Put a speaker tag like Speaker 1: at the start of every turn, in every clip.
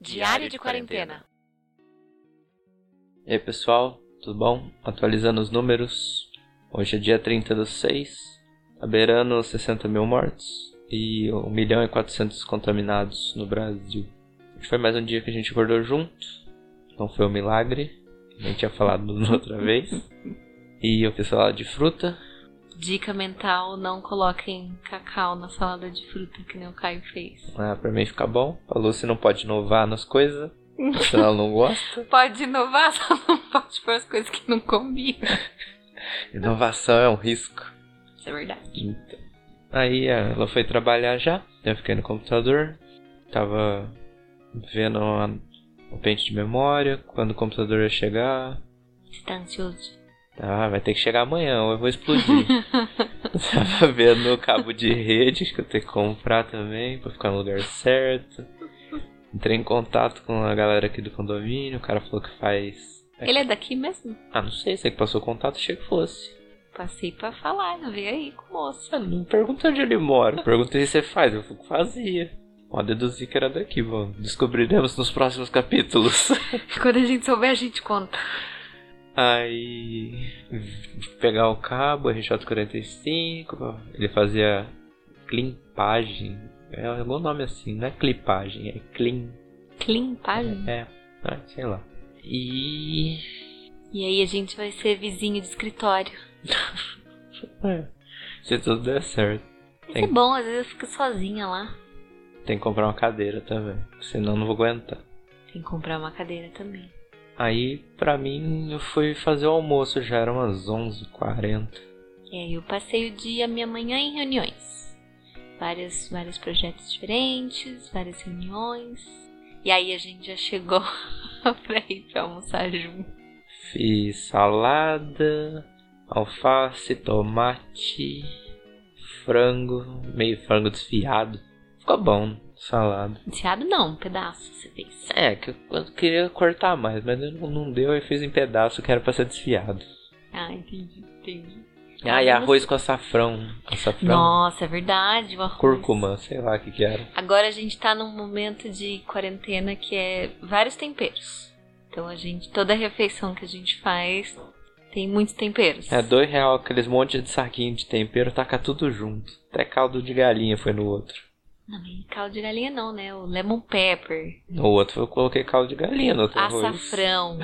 Speaker 1: Diário de quarentena.
Speaker 2: E aí pessoal, tudo bom? Atualizando os números. Hoje é dia 30 do 6, tá beirando 60 mil mortos e 1 milhão e 400 contaminados no Brasil. Hoje foi mais um dia que a gente acordou junto, não foi um milagre, nem tinha falado na outra vez. E eu fiz salada de fruta,
Speaker 1: Dica mental: não coloquem cacau na salada de fruta, que nem o Caio fez.
Speaker 2: ah, pra mim fica bom. A Lucy não pode inovar nas coisas, senão ela não gosta.
Speaker 1: Pode inovar, só não pode pôr as coisas que não combinam.
Speaker 2: Inovação é um risco.
Speaker 1: Isso é verdade.
Speaker 2: Então. Aí ah, ela foi trabalhar já, né, eu fiquei no computador, tava vendo a- o pente de memória, quando o computador ia chegar.
Speaker 1: Você tá ansioso?
Speaker 2: Ah, vai ter que chegar amanhã, ou eu vou explodir. tava vendo o cabo de rede que eu tenho que comprar também pra ficar no lugar certo. Entrei em contato com a galera aqui do condomínio, o cara falou que faz.
Speaker 1: Ele é daqui mesmo?
Speaker 2: Ah, não sei, sei que passou o contato, achei que fosse.
Speaker 1: Passei pra falar, vê aí com o moço.
Speaker 2: Ah, não pergunta onde ele mora, perguntei se você faz, eu falei que fazia. Ó, deduzi que era daqui, bom. Descobriremos nos próximos capítulos.
Speaker 1: Quando a gente souber, a gente conta.
Speaker 2: Aí. Pegar o cabo, RJ45. Ele fazia climpagem. É algum nome assim, não é clipagem, é clean.
Speaker 1: Climpagem.
Speaker 2: É, ah, sei lá. E.
Speaker 1: E aí a gente vai ser vizinho de escritório.
Speaker 2: É, se tudo der certo.
Speaker 1: Isso
Speaker 2: Tem-
Speaker 1: é bom, às vezes eu fico sozinha lá.
Speaker 2: Tem que comprar uma cadeira também, senão eu não vou aguentar.
Speaker 1: Tem que comprar uma cadeira também.
Speaker 2: Aí, pra mim, eu fui fazer o almoço, já era umas 11h40.
Speaker 1: E aí eu passei o dia, minha manhã em reuniões. Vários, vários projetos diferentes, várias reuniões. E aí a gente já chegou pra ir pra almoçar junto.
Speaker 2: Fiz salada, alface, tomate, frango, meio frango desfiado. Ficou bom, salada.
Speaker 1: Enfiado não, um pedaço você fez.
Speaker 2: É, que eu- eu queria cortar mais, mas não, não deu e fiz em pedaço que era pra ser desfiado.
Speaker 1: Ah, entendi, entendi.
Speaker 2: Ah, e arroz com açafrão. Açafrão?
Speaker 1: Nossa, é verdade, o arroz.
Speaker 2: Cúrcuma, sei lá o que que era.
Speaker 1: Agora a gente tá num momento de quarentena que é vários temperos. Então a gente, toda refeição que a gente faz tem muitos temperos.
Speaker 2: É, dois real aqueles monte de saquinho de tempero, taca tudo junto. Até caldo de galinha foi no outro.
Speaker 1: Não, mas caldo de galinha não, né? O lemon pepper,
Speaker 2: No outro eu coloquei caldo de galinha no
Speaker 1: É
Speaker 2: outro arroz.
Speaker 1: açafrão,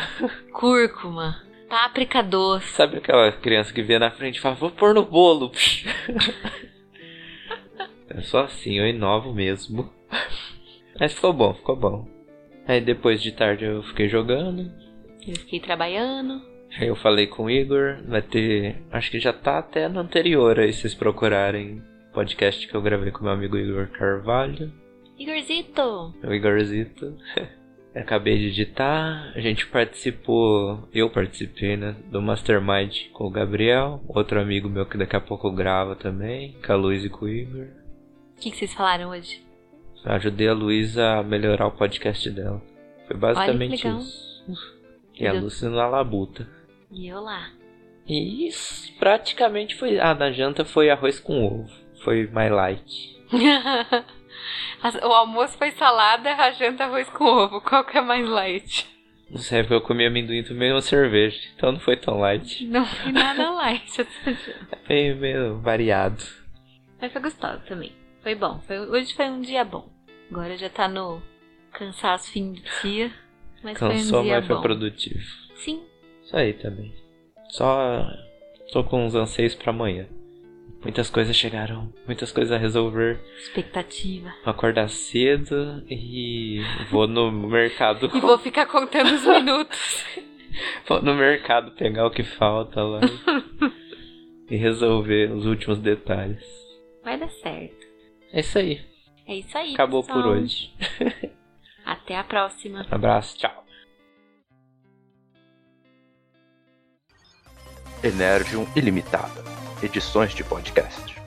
Speaker 1: cúrcuma, páprica doce.
Speaker 2: Sabe aquela criança que vê na frente e fala, vou pôr no bolo. é só assim, eu inovo mesmo. Mas ficou bom, ficou bom. Aí depois de tarde eu fiquei jogando.
Speaker 1: Eu fiquei trabalhando.
Speaker 2: Aí eu falei com o Igor, vai ter. Acho que já tá até no anterior aí, se vocês procurarem podcast que eu gravei com meu amigo Igor Carvalho.
Speaker 1: Igorzito!
Speaker 2: É o Igorzito. Eu Acabei de editar, a gente participou, eu participei, né, do Mastermind com o Gabriel, outro amigo meu que daqui a pouco grava também, com a Luiz e com o Igor.
Speaker 1: O que, que vocês falaram hoje?
Speaker 2: Eu ajudei a Luísa a melhorar o podcast dela. Foi basicamente
Speaker 1: legal.
Speaker 2: isso. E a
Speaker 1: Deu-
Speaker 2: Lúcia na labuta.
Speaker 1: E eu lá.
Speaker 2: E isso praticamente foi... Ah, na janta foi arroz com ovo, foi my light.
Speaker 1: As- o almoço foi salada, a janta arroz com ovo. Qual que é mais light?
Speaker 2: Não sei, porque eu comi amendoim e tomei uma cerveja, então não foi tão light.
Speaker 1: Não foi nada light essa
Speaker 2: Foi meio variado.
Speaker 1: Mas foi gostoso também. Foi bom. Foi- hoje foi um dia bom. Agora já tá no cansaço fim de dia. Mas foi
Speaker 2: Cansou,
Speaker 1: um dia
Speaker 2: mas foi
Speaker 1: bom.
Speaker 2: produtivo.
Speaker 1: Sim,
Speaker 2: Isso aí também. Só tô com uns anseios pra amanhã. Muitas coisas chegaram, muitas coisas a resolver.
Speaker 1: expectativa.
Speaker 2: Vou acordar cedo e vou no mercado.
Speaker 1: E vou ficar contando os minutos.
Speaker 2: Vou no mercado pegar o que falta lá. e resolver os últimos detalhes.
Speaker 1: Vai dar certo.
Speaker 2: É isso aí.
Speaker 1: É isso aí.
Speaker 2: Acabou
Speaker 1: pessoal.
Speaker 2: por hoje.
Speaker 1: Até a próxima.
Speaker 2: Abraço, tchau.
Speaker 3: Energium Ilimitada. Edições de podcast.